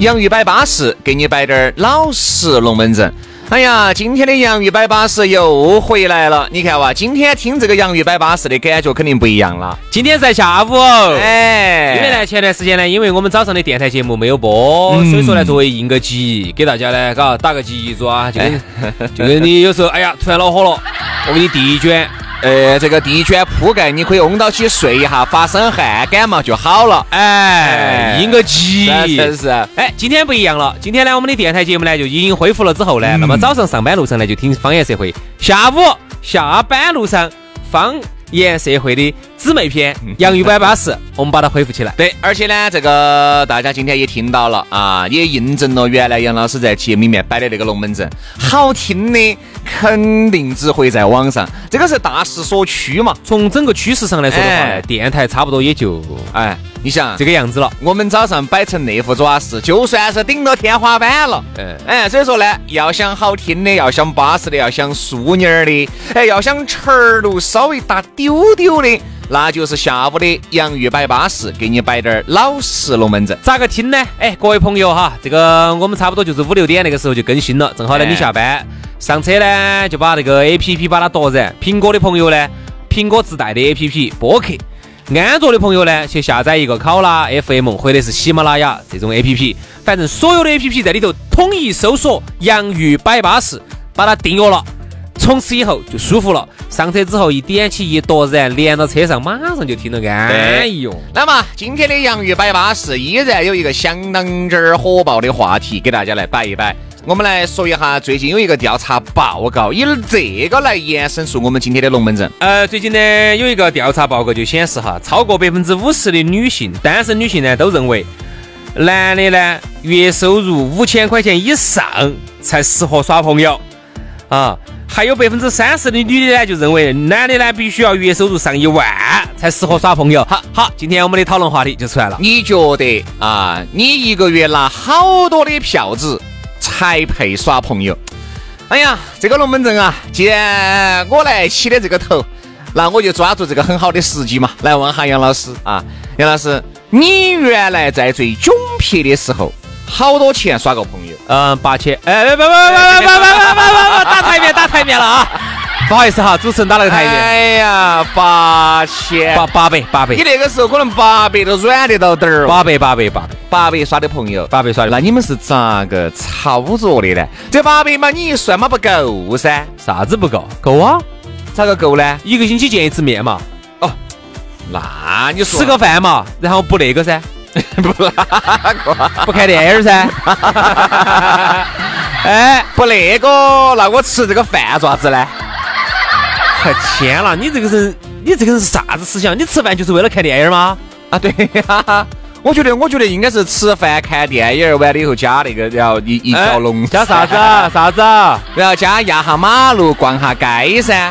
洋芋摆巴适，给你摆点儿老实龙门阵。哎呀，今天的洋芋摆巴适又回来了，你看哇，今天听这个洋芋摆巴适的感觉肯定不一样了。今天在下午哦，哎，因为呢，前段时间呢，因为我们早上的电台节目没有播，嗯所以说呢，作为应个急，给大家呢，嘎打个急抓，就跟 就跟你有时候，哎呀，突然恼火了，我给你递一卷，呃，这个地卷铺盖你可以翁到起睡一下，发生汗，感冒就好了。哎，应个急，是是是。哎，今天不一样了。今天呢，我们的电台节目呢就已经恢复了之后呢，嗯那么早上上班路上呢就听方言社会，下午下班路上方言社会的姊妹篇《洋芋摆巴士》，我们把它恢复起来。嗯对，而且呢，这个大家今天也听到了啊，也印证了原来杨老师在节目里面摆的那个龙门阵，好听的肯定只会在网上，这个是大势所趋嘛。从整个趋势上来说的话呢，哎电台差不多也就哎，你想这个样子了。我们早上摆成那副爪式，就算是顶到天花板了。嗯嗯，哎，所以说呢，要想好听的，要想巴适的，要想淑女儿的，哎，要想词儿路稍微大丢丢的，那就是下午的洋芋摆巴适，给你摆点儿老实龙门阵。咋个听呢？哎，各位朋友哈，这个我们差不多就是五六点那个时候就更新了，正好呢哎你下班上车呢，就把那个 A P P 把它夺燃。苹果的朋友呢，苹果自带的 A P P 播客；安卓的朋友呢，去下载一个考拉 F M 或者是喜马拉雅这种 A P P，反正所有的 A P P 在里头统一搜索“洋芋摆巴士”，把它订阅了。从此以后就舒服了，上车之后一点起一夺燃，连到车上，马上就听到哎安逸哟。那么今天的洋芋摆巴士依然有一个相当之儿火爆的话题给大家来摆一摆。我们来说一下最近有一个调查报告，以这个来延伸出我们今天的龙门阵。呃，最近呢有一个调查报告就显示哈，超过百分之五十的女性，单身女性呢都认为，男的呢月收入五千块钱以上才适合耍朋友啊，还有百分之三十的女的呢就认为，男的呢必须要月收入上一万才适合耍朋友。好，好，今天我们的讨论话题就出来了。你觉得啊，你一个月拿好多的票子才配耍朋友？哎呀，这个龙门阵啊，既然我来起的这个头，那我就抓住这个很好的时机嘛，来问下杨老师啊，杨老师，你原来在最窘迫的时候，好多钱耍个朋友？嗯，八千，哎，不不不不不不不不不，打台面打台面了啊！不好意思哈，主持人打了个台面，哎呀，八千八八百八百你那个时候可能八百都软得到点儿哦，八百八百八百八百耍的朋友，八百耍的。那你们是咋个操作的呢？这八百嘛，你一算嘛不够噻，啥子不够？够啊！咋个够呢？一个星期见一次面嘛，那你吃个饭嘛，然后不那个 噻，不那个，不看电影 噻。哎，不那个，那我吃这个饭爪子呢？快天了，你这个人，你这个人是啥子思想？你吃饭就是为了看电影吗？啊，对呀、我觉得，我觉得应该是吃饭、看电影，完了以后加那个，然后一一条龙，哎加啥子？啊？啥子？啊？然后加压下马路，逛下街噻。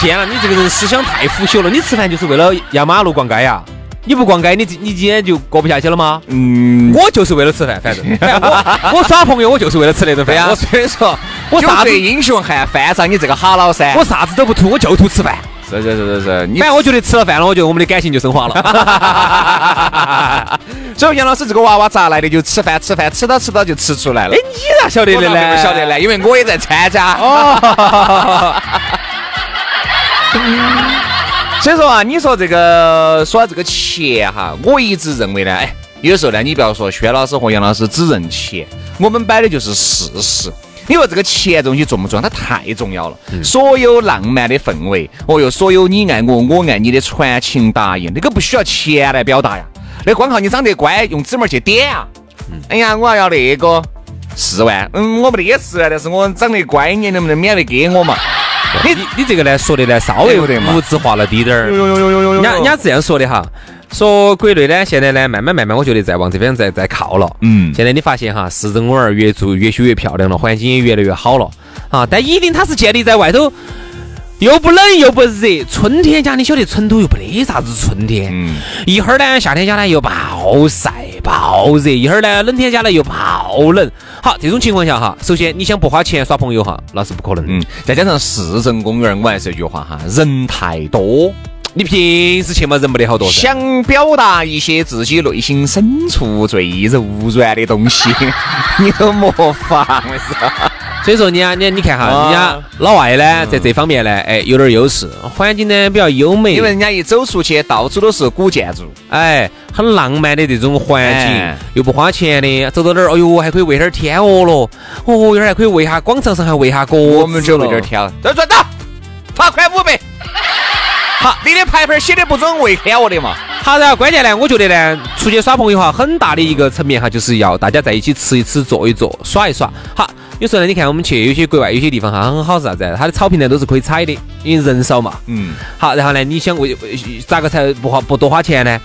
天了，你这个人思想太腐朽了。你吃饭就是为了压马路逛街呀？你不逛街，你你今天就过不下去了吗？嗯，我就是为了 吃饭，反正哎我我耍朋友，我就是为了吃那顿 对饭。呀、我所以 说，我酒啥子醉英雄汉，犯上你这个哈老噻。哎我啥子都不图，我就图吃饭。是是是是是，你反正我觉得吃了饭了，我觉得我们的感情就升 华了。哎所以杨老师这个娃娃咋来的？就吃饭吃饭，吃到吃到就吃出来了。哎，你咋晓得我的咋呢？会不晓得。呢，因为我也在参加。 所以说啊，你说这个说到这个钱哈，我一直认为呢，哎，有时候呢，你不要说薛老师和杨老师只认钱，我们摆的就是事实。你说这个钱东西重不重要？它太重要了。所有浪漫的氛围，哦哟，所有你爱我，我爱你的传情达意，那个不需要钱来表达呀，那光靠你长得乖，用指拇去点啊。哎呀，我要那个四万，嗯，我没得也四万，但是我长得乖，你能不能免费给我嘛？你你这个呢说的呢稍微对不对嘛物质化了滴点儿。呦呦呦呦人家人家这样说的哈，说国内呢现在呢慢慢慢慢，我觉得在往这边在在靠了。嗯现在你发现哈，市政公园越做越修越漂亮了，环境也越来越好了啊，但一定它是建立在外头。又不冷又不热，春天家你晓得成都又没啥子春天，嗯一会儿呢夏天家呢又暴晒暴热，一会儿呢冷天家呢又暴冷。好，这种情况下哈，首先你想不花钱耍朋友哈，那是不可能的。嗯，再加上市政公园，我还是有句话哈，人太多，你平时去嘛人没得好多噻，想表达一些自己内心深处最柔软的东西， 你都没法。我跟你说所以说人家人家你看哈，啊嗯人家老外呢在这方面呢，哎有点优势，环境呢比较优美，因为人家一走出去，到处都是古建筑。哎很浪漫的这种环境哎，又不花钱的，走到哪儿，哎呦还可以喂点儿天鹅咯，哦有点还可以喂下广场上还喂下鸽我们就喂喂点。天鹅，都转到，罚款五百。好，你的牌牌写的不准，喂天鹅的嘛。好的，关键呢，我觉得呢，出去耍朋友哈，很大的一个层面哈，就是要大家在一起吃一吃、坐一坐、耍一耍。好，有时候呢，你看我们去有些国外有些地方哈，很好是啥子？它的草坪呢都是可以踩的，因为人少嘛。嗯，好，然后呢，你想为为咋个才不花不多花钱呢？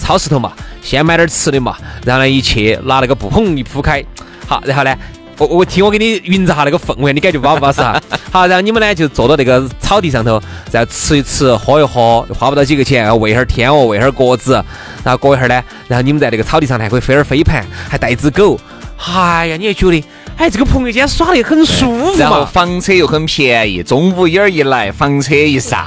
超市头嘛，先买点吃的嘛，然后呢一去拿那个布砰一铺开，好，然后呢。我我听我给你匀着下那个氛围，你感觉巴不巴适哈？ 好，然后你们呢就坐到那个草地上头，然后吃一吃，喝一喝，花不到几个钱，然后喂一会儿天鹅，喂一会儿鸽子，然后过一会儿呢，然后你们在那个草地上呢还可以飞点儿飞盘，还带一只狗。哎呀，你也觉得，哎，这个朋友间耍得很舒服嘛。然后房车又很便宜，中午一儿一来，房车一上，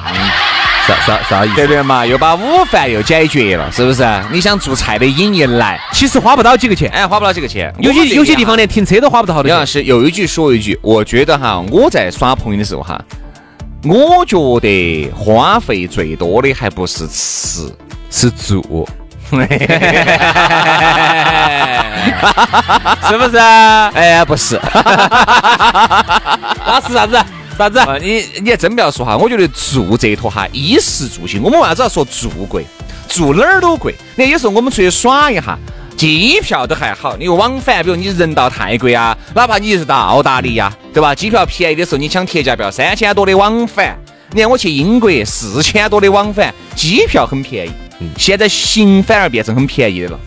啥啥啥意对不对嘛？又把午饭又解决了，是不是？你想做菜的瘾一来，其实花不到几个钱，哎，花不了几个钱。有我们这些边有些地哈方连停车都花不到好多杨钱老。师有一句说一句，我觉得哈，我在耍朋友的时候哈，我觉得花费最多的还不是吃，是 住。是不是？啊哎呀，不是，那是啥子？啥子？啊你你还真不要说哈，我觉得住这一坨哈，衣食住行，我们为啥子要说住贵？住哪儿都贵。你看有时候我们出去耍一下，机票都还好，你往返，比如你人到泰国呀，哪怕你是到澳大利亚，对吧？机票便宜的时候，你抢特价票，三千多的往返。你看我去英国，四千多的往返，机票很便宜。嗯现在行反而变成很便宜的了，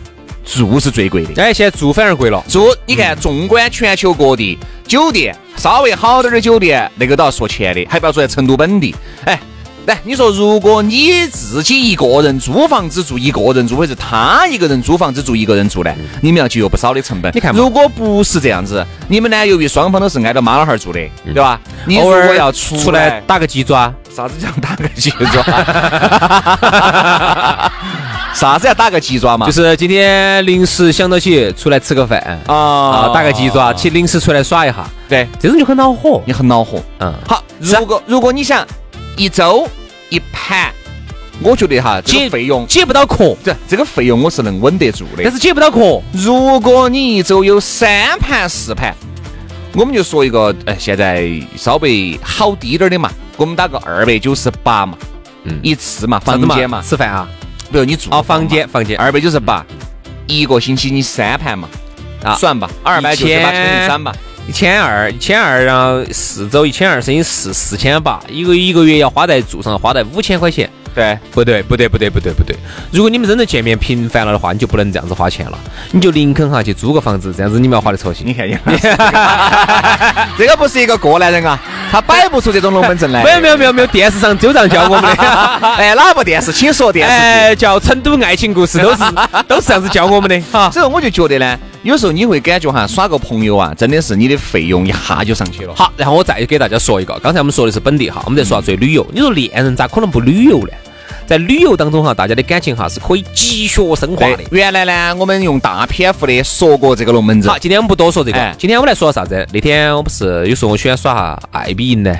住是最贵的。哎，现在住反而贵了。住，你看，纵观全球各地酒店，稍微好点儿的酒店，那个都要说钱的，还不要说在成都本地。哎，来，你说，如果你自己一个人租房子住一个人住，或者是他一个人租房子住一个人住呢，你们要节约不少的成本。你看嘛如果不是这样子，你们呢，由于双方都是挨到妈老汉儿住的，嗯对吧？嗯你如偶果尔要出出来来，打个鸡爪，啥子叫打个鸡爪？ 啥子叫打个鸡爪嘛？就是是今天临时想到起出来吃个饭啊啊，打个鸡爪，去临时出来耍一下，对，这种就很恼火。你很恼火。嗯，好，如果如果你想一周一盘，我觉得哈，这解个费用，解不到渴，这这个费用我是能稳得住的但。是解不到渴。如果你一周有三盘四盘，我们就说一个，呃，现在稍微好低点儿的嘛，我们打个二百九十八嘛，嗯一次嘛，啥房子间嘛，吃饭啊？比如你住哦，房间，房间，二百九十八，一个星期你三盘嘛，啊算吧，二百九十八乘以三吧，一千二，一千二，然后四周一千二乘以四，四千八，一个一个月要花在住上，花在五千块钱。对。不对，不对，不对，不对，不对。如果你们真的见面频繁了的话，你就不能这样子花钱了，你就宁肯哈去租个房子，这样子你们要花的操心。你看杨老师这个，这个不是一个过来人啊，他摆不出这种龙门 阵来。没有，没有，没有，没有，电视上就这样教我们 的。哎，哪部电视？请说电视剧。哎，叫《成都爱情故事》， 都是都是这样子教我们的哈。所以我就觉得呢，有时候你会感觉哈，耍个朋友啊，真的是你的费用一下就上去了。好，然后我再给大家说一个，刚才我们说的是本地哈，我们再说下最旅游。你说恋人咋可能不旅游呢？在旅游当中哈，大家的感情哈是可以积雪升华的对。，原来呢，我们用大篇幅的说过这个龙门阵好，。今天我们不多说这个哎，今天我们来说下啥子？那天我不是有时候我喜欢耍下爱彼迎呢，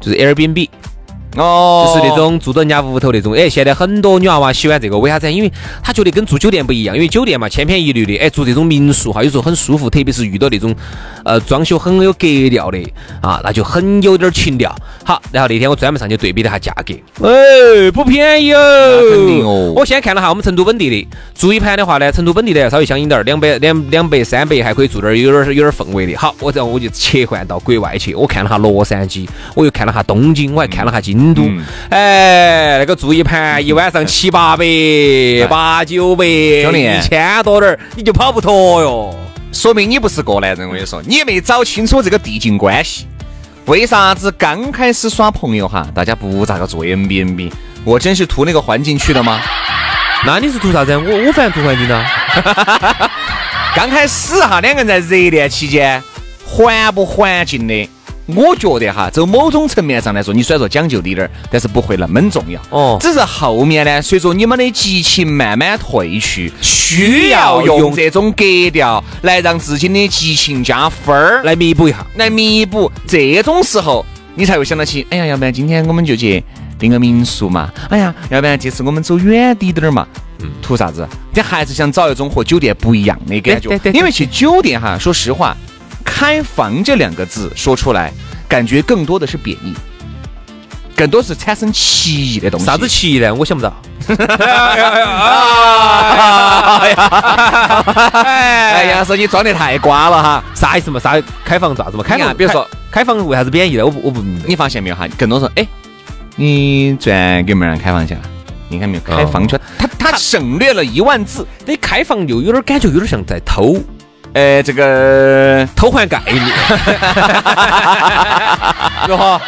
就是 Airbnb。哦，就是那种住到人家屋头那种。哎，现在很多女娃娃喜欢这个，为啥子？因为她觉得跟住酒店不一样，因为酒店嘛千篇一律的，哎，住这种民宿哈，有时候很舒服，特别是遇到那种呃装修很有格调的啊，那就很有点情调。好，然后那天我专门上去对比了一下价格，哎，不便宜哦，肯定哦我先看了哈，我们成都本地的住一盘的话呢，成都本地的要稍微香一点儿，两百两两百三百还可以住点儿有点儿有点儿氛围的。好，我然后我就切换到国外去，我看了下洛杉矶，我又看了下东京，我还看了下京都。哎，那个住一盘一晚上七八百、八九百、兄弟一千多点儿，你就跑不脱哟。说明你不是过来人，我跟你说，你没找清楚这个递进关系。为啥子刚开始耍朋友哈，大家不咋个做 n b n b 我真是图那个环境去的吗？那你是图啥子？我我反正图环境呢。刚开始哈，两个人在热恋期间，环不环境的，我觉得哈，从某种层面上来说，你虽然说讲究滴点儿，但是不会那么重要。哦只是后面呢，随着你们的激情慢慢退去，需要需要用用这种格调来让自己的激情加分儿。来弥补一下，来弥补这种时候，你才会想到起，哎呀，要不然今天我们就去订个民宿嘛，哎呀，要不然这次我们走远滴点儿嘛。嗯图啥子？你还是想找一种和酒店不一样的感觉对对对，对因为去酒店哈，说实话，开房这两个字说出来，感觉更多的是贬义，更多是产生歧义的东西。啥子歧义呢？我想不到。哎呀，说你装得太瓜了哈！啥意思嘛？啥开放咋子嘛？开你放，看比如说开开放为啥子贬义呢？我不我不明白。你发现没有哈？更多说，哎，你转给妹儿开房去了？你看没有？开房去了，他哦他省略了一万字。你开放又有点感觉，有点像在偷呃，这个偷换概念， 哟呵，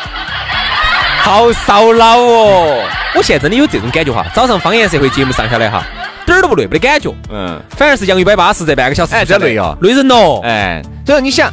好烧脑哦！我现在真的有这种感觉哈，早上方言社会节目上下来哈，点儿都不累，没得感觉，嗯，反而是杨宇摆巴适这半个小时，哎真累哦累人咯。哎，所以你想，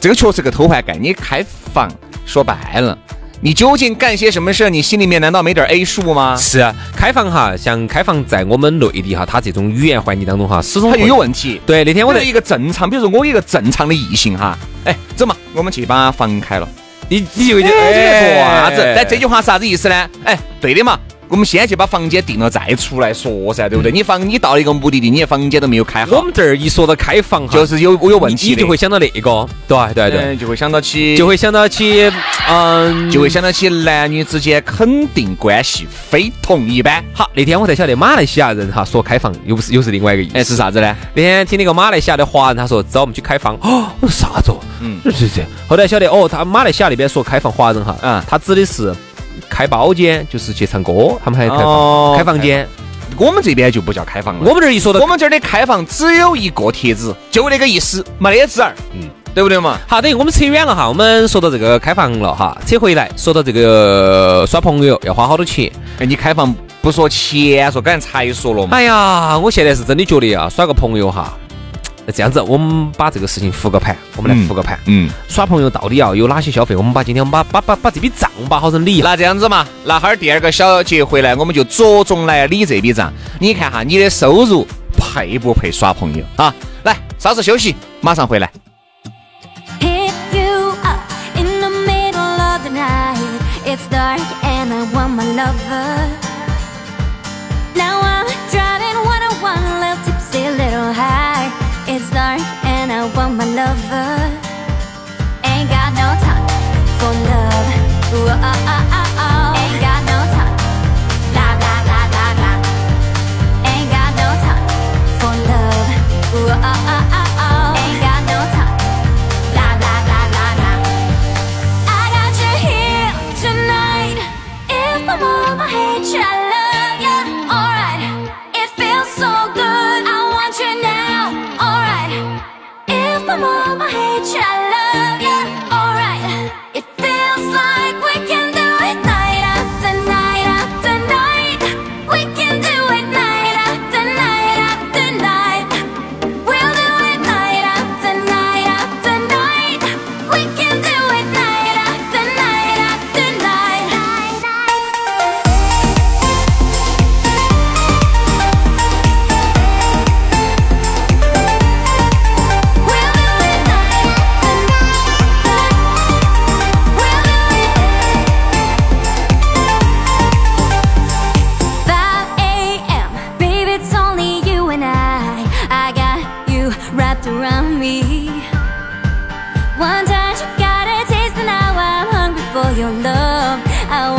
这个确实个偷换概念，开房说白了，你究竟干些什么事儿？你心里面难道没点 A 数吗？是啊，开放哈，像开放在我们内地哈，它这种语言环境当中哈，始终他就会有问题。对。那天我我在有一个正常，比如说我有一个正常的异性哈，哎，走嘛，我们去把房开了。你你就哎，觉这得个做啥哎子？但这句话是啥子意思呢？哎，对的嘛，我们先去把房间定了再出来说噻，对不对？你房你到了一个目的地，你的房间都没有开嗯哎我好，们这儿一说到开放哈，就是有有问你题你的就会想到那个，对对对，嗯就会想到起就会想到起，嗯，就会想到起男女之间肯定关系非同一般。好。那天我才晓得马来西亚人哈说开放又不是又是另外一个意思。哎，是啥子呢？那天听那个马来西亚的华人他说找我们去开房，哦，我说啥子哦？嗯嗯，这这这。后来晓得哦，他马来西亚那边说开放华人哈，嗯嗯，他指的是开包间，就是去唱歌，他们还开房、哦开房间。我们这边就不叫开放了，我们这儿一说到我们这儿的开放只有一个帖子，就那个意思，没得字儿，嗯嗯，对不对嘛？好，等于我们扯远了哈，我们说到这个开房了哈，扯回来说到这个耍朋友要花好多钱，哎，你开放不说钱，说刚才才说了嘛。哎呀，我现在是真的觉得啊，耍个朋友哈，这样子，我们把这个事情复个盘，我们来复个盘。嗯，耍朋友到底要有哪些消费？我们把今天我们把把把把这笔账把好生理一下。那这样子嘛，那哈儿第二个小节回来，我们就着重来理这笔账。啊你看哈，你的收入配不配耍朋友啊？来，稍事休息，马上回来。 Hit you up in the middle of the night. It's dark and I want my lover. Now I'm driving 101, little tipsy, little high. It's dark and I want my lover. Ain't got no time for love. Ooh, ah, ah, ah, ah. Ain't got no time. Blah, blah, blah, blah, blah. Ain't got no time for love. Ooh, ah, ah, ah, ah. Ain't got no time. La la la la la. I got you here tonight. If I'm over, hate you, I love you. Alright, it feels so good. I want you now. Alright, if I'm over, hate you, I love you. Alright, it feels like we can do it night after night after night. We can do it night after night after night. We'll do it night after night after night. We can do it night after night after night. ah, oh,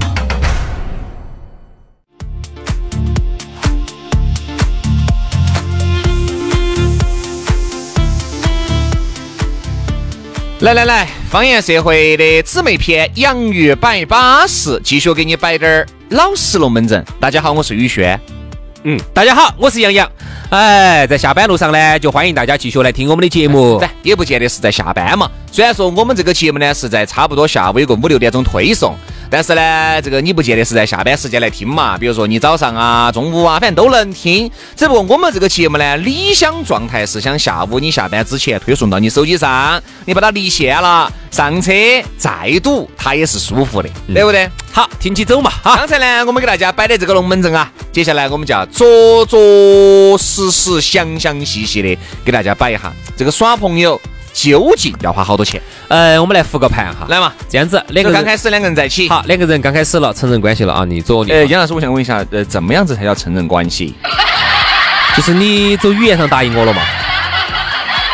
来来来，方言社会的姊妹篇《洋芋摆巴适》，继续给你摆点儿老实龙门阵。大家好，我是宇轩。嗯，大家好，我是杨洋。哎，在下班路上呢，就欢迎大家继续来听我们的节目。但也不见得是在下班嘛。虽然说我们这个节目呢是在差不多下午有个五六点钟推送，但是呢，这个你不见得是在下班时间来听嘛。比如说你早上啊、中午啊，反正都能听。只不过我们这个节目呢，理想状态是想下午你下班之前推送到你手机上，你把它离线了，上车再堵，它也是舒服的，对不对？好，听起走嘛，哈。刚才呢，我们给大家摆的这个龙门阵啊，接下来我们就要着着实实、详详细细的给大家摆一下，这个耍朋友究竟要花好多钱？呃，我们来复个盘哈，来嘛，这样子，两就个人刚开始两个人在一起。好，两个人刚开始了，成人关系了啊，你左我你呃，右，杨老师，我想问一下，呃，怎么样子才叫成人关系？就是你走语言上答应我了嘛，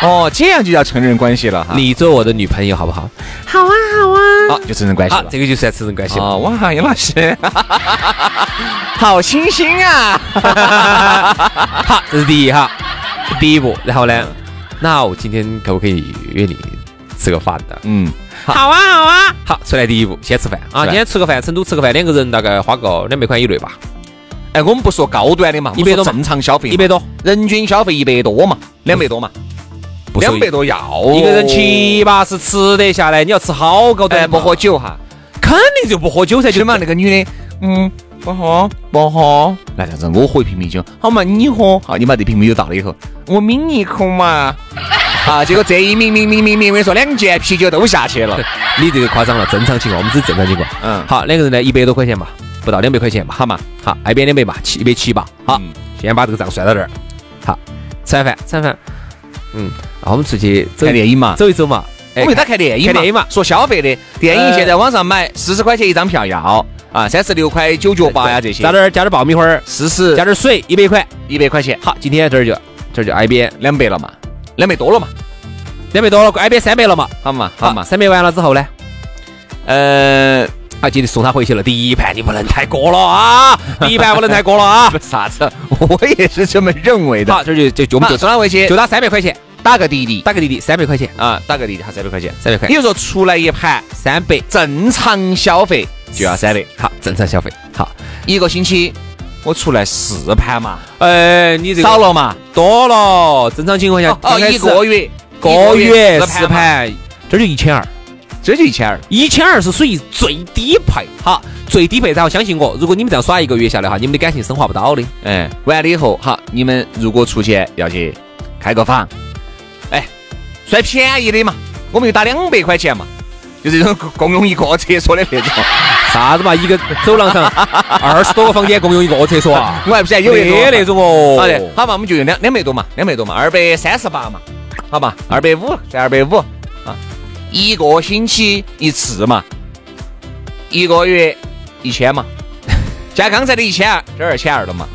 哦，这样就叫成人关系了哈。你做我的女朋友好不好？好，就成人关系好，了。这个就算成人关系了。啊哦，哇，杨老师， 好清新啊！好，这是第一哈，第一步。然后呢，那我今天可不可以约你吃个饭的？嗯，好啊，好啊。好，出来第一步，先吃饭啊。是今天吃个饭，成都吃个饭，两个人大概花个两百块以内吧，哎，我们不说高端的嘛，我一百们多说嘛正常消费嘛，一百多，人均消费一百多嘛，两百多嘛，不收两益百多要一个人七八十吃得下来，你要吃好高端哎，的不嘛，喝酒哈。肯定就不喝酒噻，起就码那个女的，嗯，不喝不喝。那这样子，我喝一瓶米酒，好嘛，你喝，好，你把这瓶米酒倒了以后，我抿一口嘛。啊，结果这一抿抿抿抿抿，我跟你说，两件啤酒都下去了。 你这个夸张了，正常情况，我们只是正常情况。嗯好，两个人呢，一百多块钱吧，不到两百块钱吧，好嘛，好，挨边两百吧，七一百七吧，好，嗯先把这个账算到这儿。好，吃完饭，吃完饭，嗯，然后我们出去走看电影嘛，走一走嘛，哎我们带看电影嘛，看电影嘛说消费的，电影呃现在网上买四十块钱一张票要啊，三十六块九角八呀这些加，点儿加点儿爆米花儿，四十加点儿水，一百块。一百块钱，好，今天这儿就这儿就挨边两百了嘛，两百多了嘛，两百多了，挨边三百了嘛，好嘛好嘛，三百完了之后呢，呃，啊，今天送他回去了。第一盘你不能太过了 啊，第一盘不能太过了啊。啥子？我也是这么认为的。好，这儿就就就我我们就们就送他回去就，打三百块钱，打个滴滴。打个滴滴三百块钱，啊，打个例子哈，三百块钱，三百块也就是说出来一盘三百。正常消费就要三百，好，正常消费。好，一个星期我出来四盘嘛，呃，你这个少了嘛，多了，正常情况下哦，哦一个月，个月一四嘛，盘，这就一千二，这就一千二，一千二是属于最低配。好，最低配，然后相信我，如果你们这样耍一个月下来哈，你们的感情升华不到的。嗯，完了以后哈，你们如果出去要去开个房，哎，算便宜的嘛，我们就打两百块钱嘛，就这种共用一个厕所的那种，啥子嘛，一个走廊 上二十多个房间共用一个厕所 啊，我还不晓得有没没有那那种哦。好的，好嘛，我们就用两两百多嘛，两百多嘛，二百三十八嘛，好嘛，二百五，再二百五啊，一个星期一次嘛，一个月一千嘛， 加刚才的一千二，这二千二了嘛。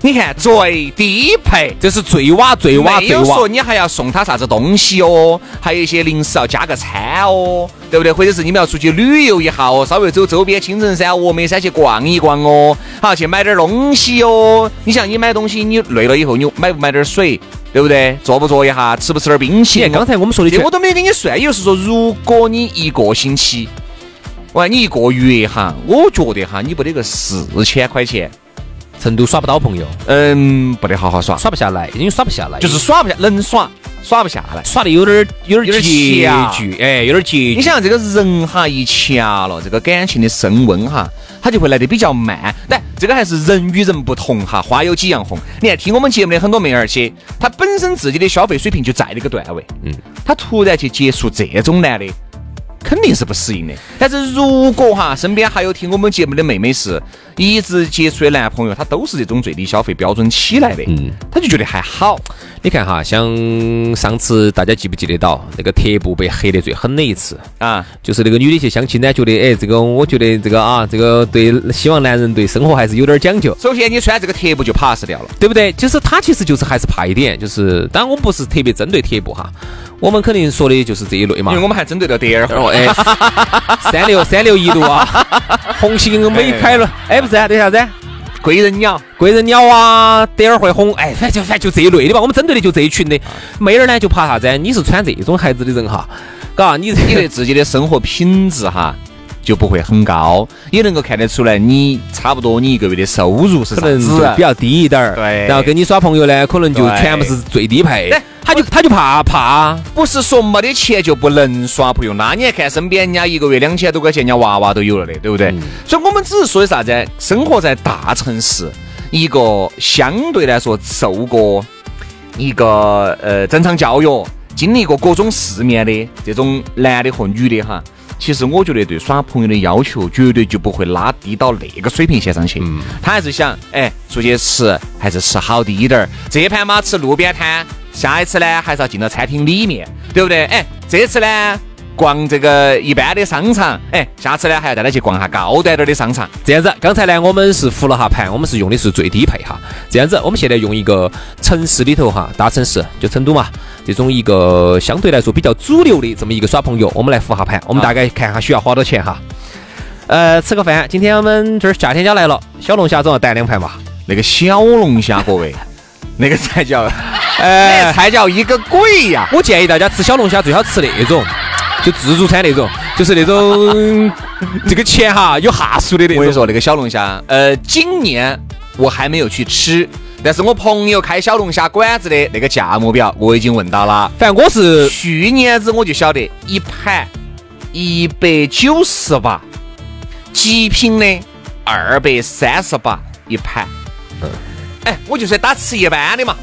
你看最低配，这是最哇最哇没最有哇说。你还要送他啥子东西哦，还有一些零食要加个餐哦，对不对？或者是你们要出去旅游一下哦，稍微走周边青城山、峨眉山哦去逛一逛哦，好去买点东西哦。你想，你买东西，你累了以后，你买不买点水，对不对？坐不坐一下，吃不吃点冰淇你淋哦？看刚才我们说的这全我都没给你算，也就是说，如果你一个星期，哇，你一个月哈，我觉得哈，你不得个四千块钱，成都耍不到朋友，嗯，不得好好耍，耍不下来，因为耍不下来，就是耍不下，能耍耍不下来。耍的有点儿有有点儿点气拮啊据，哎，有点儿拮你据。想这个人哈一掐了，这个感情的升温哈，它就会来得比较慢。但这个还是人与人不同哈，花有几样红。你看听我们节目的很多妹儿些，她本身自己的消费水平就在那个段位，嗯，她突然去接触这种男的。肯定是不适应的，但是如果哈身边还有听我们节目的妹妹是一直接触的男朋友，他都是这种最低消费标准起来的，嗯，他就觉得还好。你看哈，像上次大家记不记得到那个特步被黑得最狠的一次啊？就是那个女的去相亲呢，觉得哎，这个我觉得这个啊，这个对，希望男人对生活还是有点讲究。首先你穿这个特步就 pass 掉了，对不对？就是他其实就是还是怕一点，就是当然我不是特别针对贴布哈，我们肯定说的就是这一类嘛因为。我们还针对了第二然后儿， 哎，三六三六一路啊，红星美凯了，哎不是、啊，对啥子？贵人鸟，贵人鸟啊，德尔惠红，哎，反正就反正就这一类的吧。我们针对的就这一群的妹儿呢，就怕啥子？你是穿这种鞋子的人哈，嘎，你你对这自己的生活品质哈就不会很高，也能够看得出来，你差不多你一个月的收入是啥可能就子。比较低一点儿，对然后跟你耍朋友呢，可能就对全部是最低配哎，他就他就怕怕。不是说没得钱就不能耍朋友，那你还看身边人家一个月两千多块钱，人家娃娃都有了的，对不嗯对？所以我们只是说的啥子？生活在大城市，一个相对来说受过一个呃正常教育、经历过各种世面的这种男的和女的哈。其实我觉得对耍朋友的要求绝对就不会拉低到那个水平线上去，他还是想，哎，出去哎吃还是吃好的一点儿，这盘嘛吃路边摊，下一次呢，还是要进到餐厅里面，对不对？哎，这次呢，逛这个一般的商场，哎，下次呢还要带他去逛下高端点儿的商场。这样子，刚才呢，我们是扶了下盘，我们是用的是最低配哈。这样子，我们现在用一个城市里头哈，大城市就成都嘛，这种一个相对来说比较主流的这么一个耍朋友，我们来扶下盘，我们大概看下需要花多少钱哈。呃，吃个饭，今天我们这儿夏天家来了，小龙虾总要带两盘吧？那个小龙虾，各位，那个才叫，哎，才叫一个贵呀、我建议大家吃小龙虾最好吃那种，就自助餐那种，就是那种这个钱哈有哈数的那我跟你种。说，那个小龙虾，呃，今年我还没有去吃，但是我朋友开小龙虾馆子的那个价目表我已经问到了。反正我是去年子我就晓得一盘一百九十八，极品的二百三十八一盘。哎，我就说打吃一般的嘛，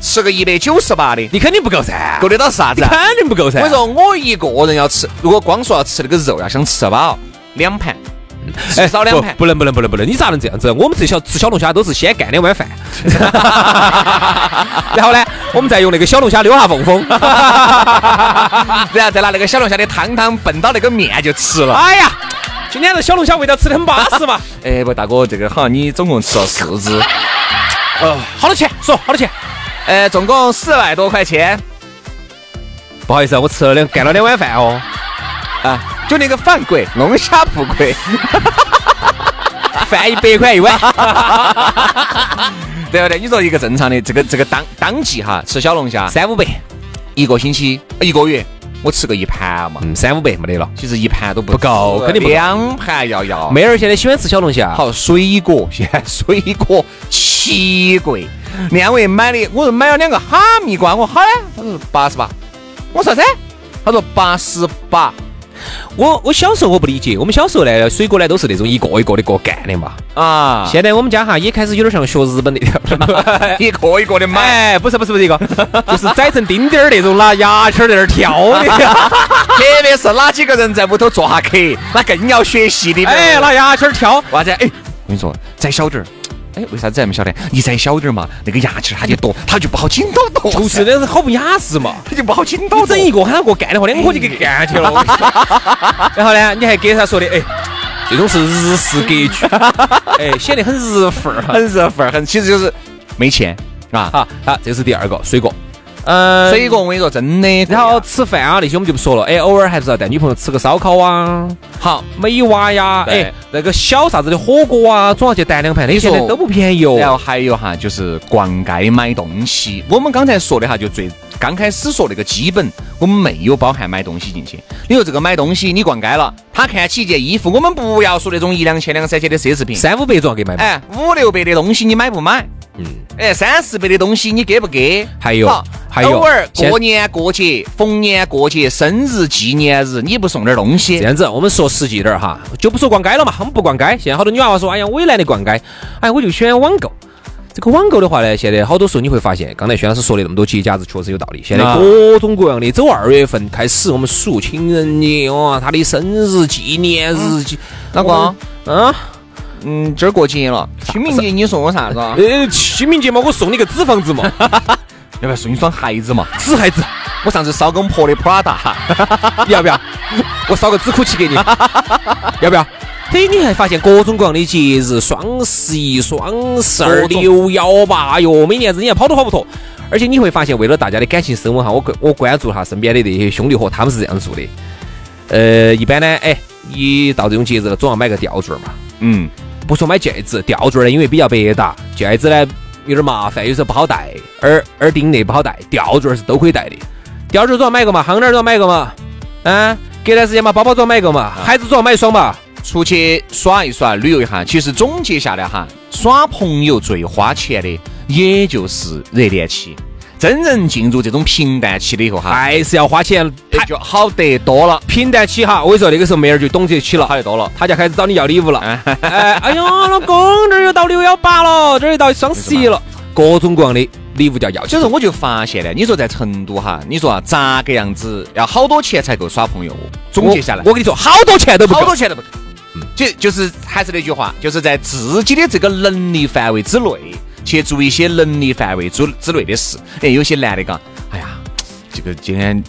吃个一百九十八的，你肯定不够噻，够得到啥子你啊？肯定不够噻。我跟你说，我一个人要吃，如果光说要吃那个肉，要想吃饱，两盘，至少两不盘。不能不能不能不能，你咋能这样子？我们这小吃小龙虾都是先干两碗 饭，然后呢，我们再用那个小龙虾溜下缝缝。 然后再拿那个小龙虾的汤汤拌到那个面就吃了。哎呀，今天这小龙虾味道吃的很巴适嘛。哎，不，大哥，这个好像你总共吃了四只，哦好多钱？说好多钱？呃，总共四百多块钱 不好意思啊，我吃了两干了两碗饭 哦，啊，就那个饭贵，龙虾不 贵，饭一百块一碗。对不对？你说一个正常的这个这个当当季哈，吃小龙虾三五百，一个星期一个月，我吃个一盘嘛，嗯，三五百没得了。其实一盘都不不够止肯定不够两盘要要。妹儿现在喜欢吃小龙虾，好，水果现在水果奇贵，两位买的，我说买了两个哈密瓜，我好嘞，他说八十八，我说啥子？他说八十八，我我小时候我不理解，我们小时候呢，水果呢都是那种一个一个的个干的嘛。啊，现在我们家哈也开始有点像学日本那 条。一个一个的买，哎，不是不是不是一个， 就是宰成丁丁儿那种，拿牙签儿在那儿挑 的，特别是哪几个人在屋头做下客，那更要学习的。哎，拿牙签儿挑，娃子，哎，我跟你说，摘小点儿。哎，为啥子还没晓得？你摘小点儿嘛，那个牙签儿它就多，它就不好紧到剁，就是那是好不雅致嘛。 它就不好紧到你剁嗯整。一个喊他给我干的话，两个就给干去了。我跟你说 然后呢，你还给他说的，哎，这种是日式格 局，哎，显得很日范儿啊哈。很热份儿，很其实就是没钱啊。好，好，这是第二个水果，嗯，水果我跟你说，真的贵啊。然后吃饭啊那些我们就不说了，哎，偶尔还是要带女朋友吃个烧烤啊，好，美蛙呀，对哎，那个小啥子的火锅啊，总要去带两盘，那些现在说都不便宜然哦。后还有哈，就是逛街买东西。我们刚才说的哈，就最刚开始说那个基本，我们没有包含买东西进去。你说这个买东西，你逛街了，他看起一件衣服，我们不要说那种一两千、两三千的奢侈品，三五百总要给买嘛。哎，五六百的东西你买不买？嗯，哎，三四百的东西你给不给？还有好还有偶尔现过年过节、逢年过节、生日纪念日，你不送点东西这？样子，我们说实际点儿哈，就不说逛街了嘛，我们不逛街。现在好多女娃娃说，哎呀，我也懒得逛街，哎，我就喜欢网购。这个网购的话呢，现在好多时候你会发现，刚才薛老师说的那么多节假日确实有道理。现在啊各种各样的，走二月份开始，我们数情人节哦，他的生日纪念日，纪老公，嗯，啊嗯，今儿过节了，清明节你送我啥子啊？呃，清明节嘛，我送你个纸房 子嘛，要不要送你双鞋子嘛？纸孩子，我上次烧给我们婆的 Prada，你 要不要？我烧个纸哭器 给你，要不要？嘿，你还发现各种各样的节日，双十一、双十二、各种六幺八哟，每年子你还跑都跑不脱。而且你会发现，为了大家的感情升温哈，我关我关注哈身边的那些兄弟伙，他们是这样做的。呃，一般呢，哎，你到这种节日了，总要买个吊坠嘛。嗯，不说买戒指，吊坠呢，因为比较百搭，戒指呢有点麻烦，有时候不好戴，耳耳钉那不好戴，吊坠是都可以戴的。吊坠总要买个嘛，项链总要买个嘛，啊，隔段时间嘛，包包总要买个嘛，孩子总要买一双嘛。 出去耍一耍，旅游一下。其实总结下来哈，耍朋友最花钱的，也就是热恋期。真正进入这种平淡期了以后哈，还是要花钱。哎他就好得多了。平淡期哈，我跟你说，那个时候妹儿就懂得起了，好得多了他就开始找你要礼物了。哎，哎呦，老公，这儿又到六幺八了，这儿又到双十一了，各种各样的礼物就要要起所以。说，我就发现了，你说在成都哈，你说啊咋个样子，要好多钱才够耍朋友？总结下来我，我，跟你说，好多钱都不够。好多钱都不够。嗯就就是还是那句话，就是在自己的这个能力范围之内去做一些能力范围之之内的事。哎，有些男的嘎，哎呀，这个今天。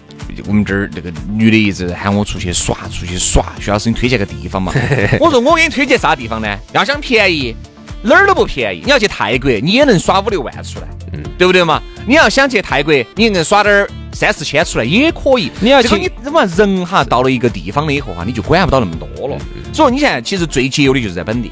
我们这儿那个女的一直喊我出去耍，出去耍。徐老师，你推荐个地 方嘛？我说我给你推荐啥地方呢？要想便宜，哪儿都不便宜。你要去泰国，你也能耍五六万出来，嗯，对不对嘛？你要想去泰国，你能耍点儿三四千出来也可以。你要这个去你怎么人哈到了一个地方了以后哈，啊你就管不到那么多了。嗯所以你现在其实最节约的就是在本地，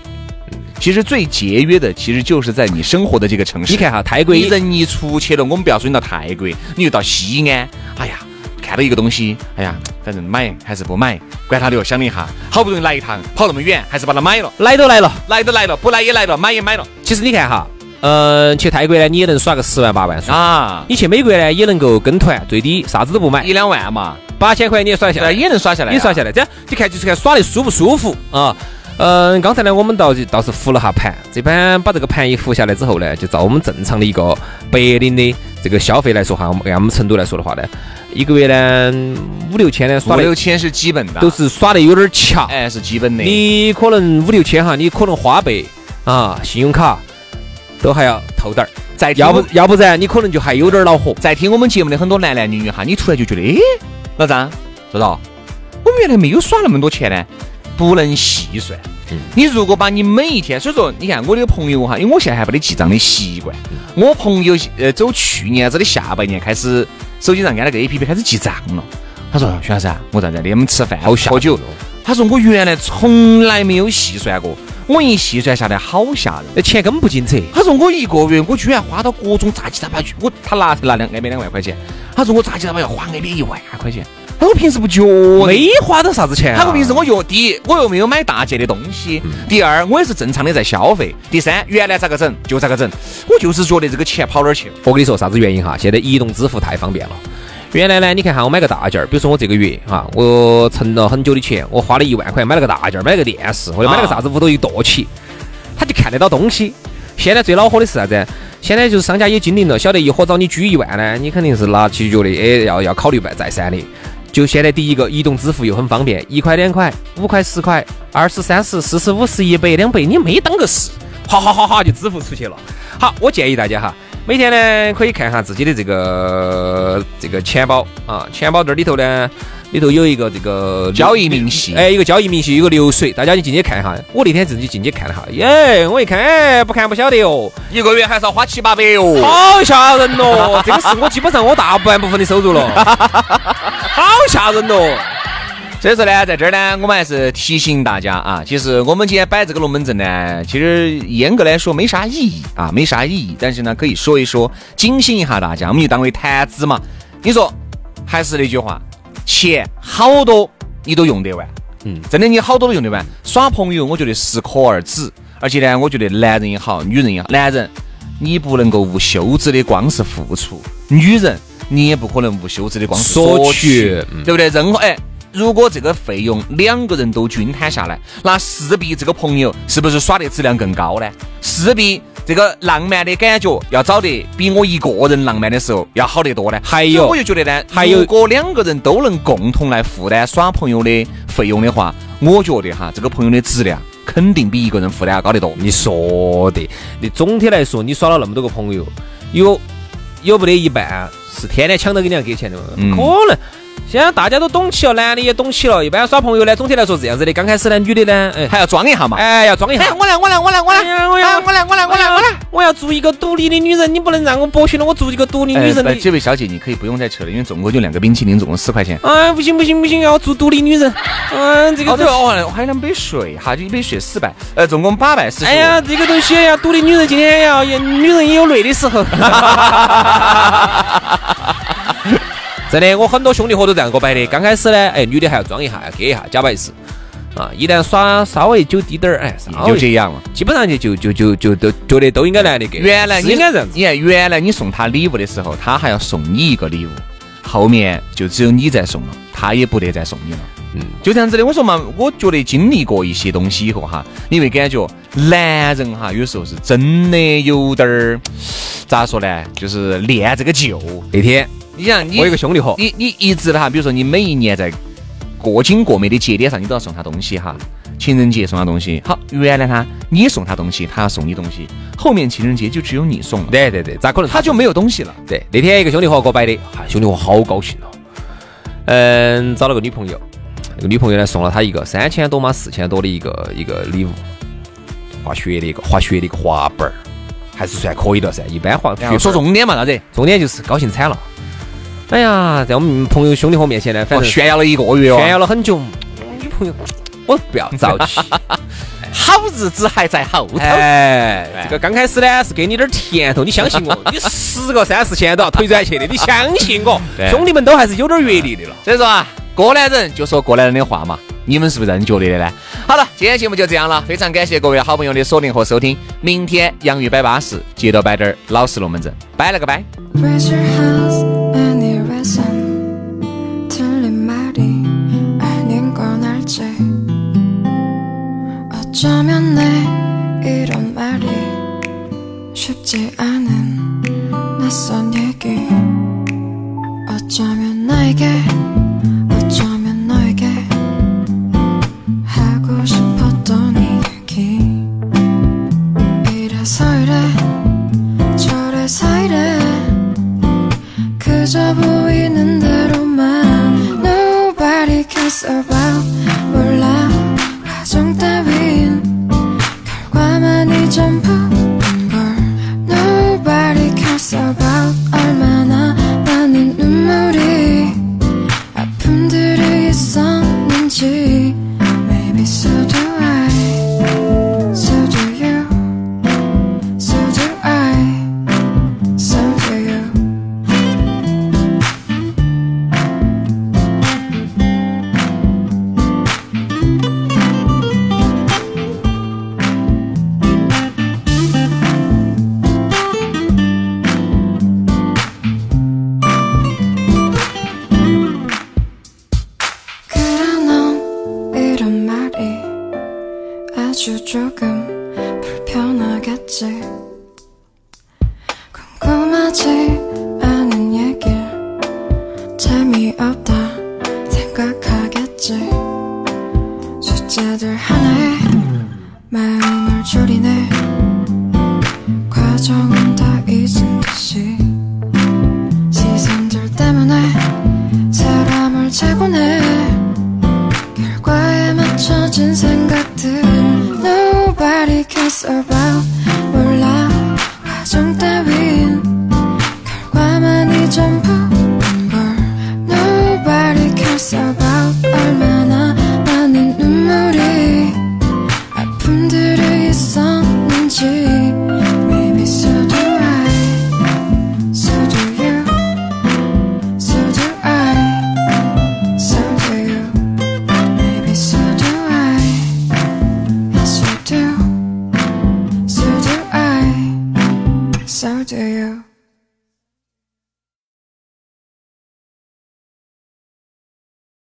其实最节约的其实就是在你生活的这个城市。你看哈，泰国你人一出去了，我们不要说你到泰国，你又到西安，哎呀，看到一个东西，哎呀，反正买还是不买，管他的，想了一下，好不容易来一趟，跑那么远，还是把它买了，来都来了。来都来了，不来也来了，买也买了其实你看哈，嗯、去泰国呢，你也能耍个十万八万耍。啊，你去美国呢，也能够跟团，最低啥子都不买，一两万嘛，八千块你也耍得下对，来，也能耍下来啊，也耍下来。这样你看就是看耍的舒不舒服啊。嗯，刚才呢，我们倒倒是扶了下盘，这边把这个盘一扶下来之后呢，就照我们正常的一个白领的这个消费来说哈，我们按我们成都来说的话呢，一个月呢五六千呢，耍五的六千是基本的，都是耍的有点儿翘，哎是基本的，你可能五六千哈，你可能花呗啊、信用卡都还要透点儿，再要哎听我不要不然你可能就还有点儿恼火。在听我们节目的很多男男女女哈，你突然就觉得，诶，老张，周导，我们原来没有耍那么多钱呢，不能细算。嗯你如果把你每一天，所以说你看我这个朋友哈，因为我现在还没得记账的习惯，嗯我朋友呃走去年子的下半年开始，手机上安了个 A P P 开始记账了。他说徐老师啊，我在这里我们吃饭好吓喝人酒哦，他说我原来从来没有细算过，我一细算下来好吓人。那钱根本不进扯，他说我一个月我居然花到各种杂七杂八去，我他拿拿两挨边两万块钱，他说我杂七杂八要花挨边一万块钱，他说我平时不觉得没花到啥子钱、啊。他说平时我又第一我又没有买大件的东西，第二我也是正常的在消费，第三原来咋个整就咋个整，我就是觉得这个钱跑哪儿去了，我跟你说啥子原因哈？现在移动支付太方便了。原来呢，你看哈，我买个大件儿，比如说我这个月哈，我存了很久的钱，我花了一万块买了个大件儿，买了个电视，或者买了个啥子屋头一枸杞，他就看得到东西。现在最恼火的是啥子？现在就是商家也精明了，晓得一伙找你拘一万呢，你肯定是拿起觉得哎要要考虑再三的。就现在第一个，移动支付又很方便，一块两块，五块十块，二十三十，四十五十，一百两百，你没当个事，哈哈哈哈就支付出去了。好，我建议大家哈，每天呢可以看一下自己的这个这个钱包啊，钱包这里头呢，里头有一个这个交易明细哎，一个交易明细，有个流水，大家就进去看一下。我那天自己进去看了哈，耶，我一看，哎，不看不晓得哦，一个月还是要花七八百哦。好吓人哦！这个是我基本上我大半部分的收入 了，好吓人哦！所以说呢，在这儿呢，我们还是提醒大家啊，其实我们今天摆这个龙门阵呢，其实严格来说没啥意义啊，没啥意义，但是呢，可以说一说，警醒一下大家，我们就当为谈资嘛。你说，还是那句话，钱好多你都用得完，嗯，真的你好多都用得完。耍朋友，我觉得适可而止，而且呢，我觉得男人也好，女人也好，男人你不能够无休止的光是付出，女人你也不可能无休止的光是索索取取，对不对？任何哎，如果这个费用两个人都均摊下来，那势必这个朋友是不是耍的质量更高呢？势必这个浪漫的感觉要找得比我一个人浪漫的时候要好得多呢。还有所以我就觉得呢，还有如果两个人都能共同来负担耍朋友的费用的话，我觉得哈，这个朋友的质量肯定比一个人负担要高得多。你说的，你总体来说，你耍了那么多个朋友，有有不得一半是天天抢着给你家给钱的，不嗯可能。现在大家都懂起了，男的也懂起了。一般耍朋友呢，总体来说是这样子的。刚开始呢，女的呢，哎，还要装一下嘛？哎，要装一下。哎，我来，我来，我来，我来，哎呀我哎要呀我来，我来，我来，我来。我要做一个独立的女人，你不能让我剥削了我做一个独立女人哎这的。位小姐，你可以不用再扯了，因为总共就两个冰淇淋，总共四块钱。哎，不行不行不行，要做独立女人。嗯，这哦，个对，哦，我还有两杯水哈，就一杯水四百，呃，总共八百四十。哎呀，，这个东西要独立女人，今天要也女人也有累的时候。 真的，我很多兄弟伙都这样给我摆的。刚开始呢，哎，女的还要装一下，要给一下，假把意思。啊，一旦耍稍微久滴点儿，哎，稍就微这样了。基本上就就就就就都觉得都应该男的给，哦原来是你应该这样子。你看，原来你送他礼物的时候，他还要送你一个礼物，后面就只有你在送了，他也不得再送你了。嗯嗯，就这样子的。我说嘛，我觉得经历过一些东西以后哈，你会感觉男人哈，有时候是真的有点儿，咋说呢？就是恋这个旧。那天你想你，我有个兄弟伙，你你一直的哈，比如说你每一年在过紧过每的节点上，你都要送他东西哈。情人节送他东西，好，原来他你送他东西，他要送你东西，后面情人节就只有你送了，对对对，咋可能他就没有东西了。对，那天一个兄弟伙给我摆的，哈、兄弟伙好高兴哦。嗯，找了个女朋友，那个女朋友呢送了他一个三千多嘛，四千多的一个一个礼物，滑雪的一个滑雪的一个滑板儿，还是算可以的噻。一般滑雪板说重点嘛，啥子？重点就是高兴惨了。哎呀，在我们朋友兄弟伙面前呢，反哦，正炫耀了一个月哦，炫耀了很久。女哎朋友，我不要着急。 好日子还在后头。哎，这个刚开始呢是给你点儿甜头，你相 信我，你十个三四千都要推转去的，你相信我对，兄弟们都还是有点儿阅历的了。所以说啊，过来人就说过来人的话嘛，你们是不是这样觉得的呢？好了，今天节目就这样了，非常感谢各位好朋友的锁定和收听，明天洋芋摆巴士，接着摆点儿老实龙门阵，拜了个拜。 Raise your hands 많이 reason 틀린 말이 아닌 건 알지 어쩌면 내 이런 말이 쉽지 않은 낯선 얘기 어쩌면 나에게 어쩌면 너에게 하고 싶었던 이야기 이래서 이래 저래서 이래 그저 보이는 대로만 Nobody cares about 몰라 가정 따윈 결과만이 전부인 걸 Nobody cares about 얼마나 많은 눈물이 아픔들이 있었는지 Maybe so do I So do you So do I So do you 그런 넌 이런 말이 아주 조금 불편하겠지 궁금하지 않은 얘길 재미없다 생각하겠지 숫자들 하나에 마음을 줄이네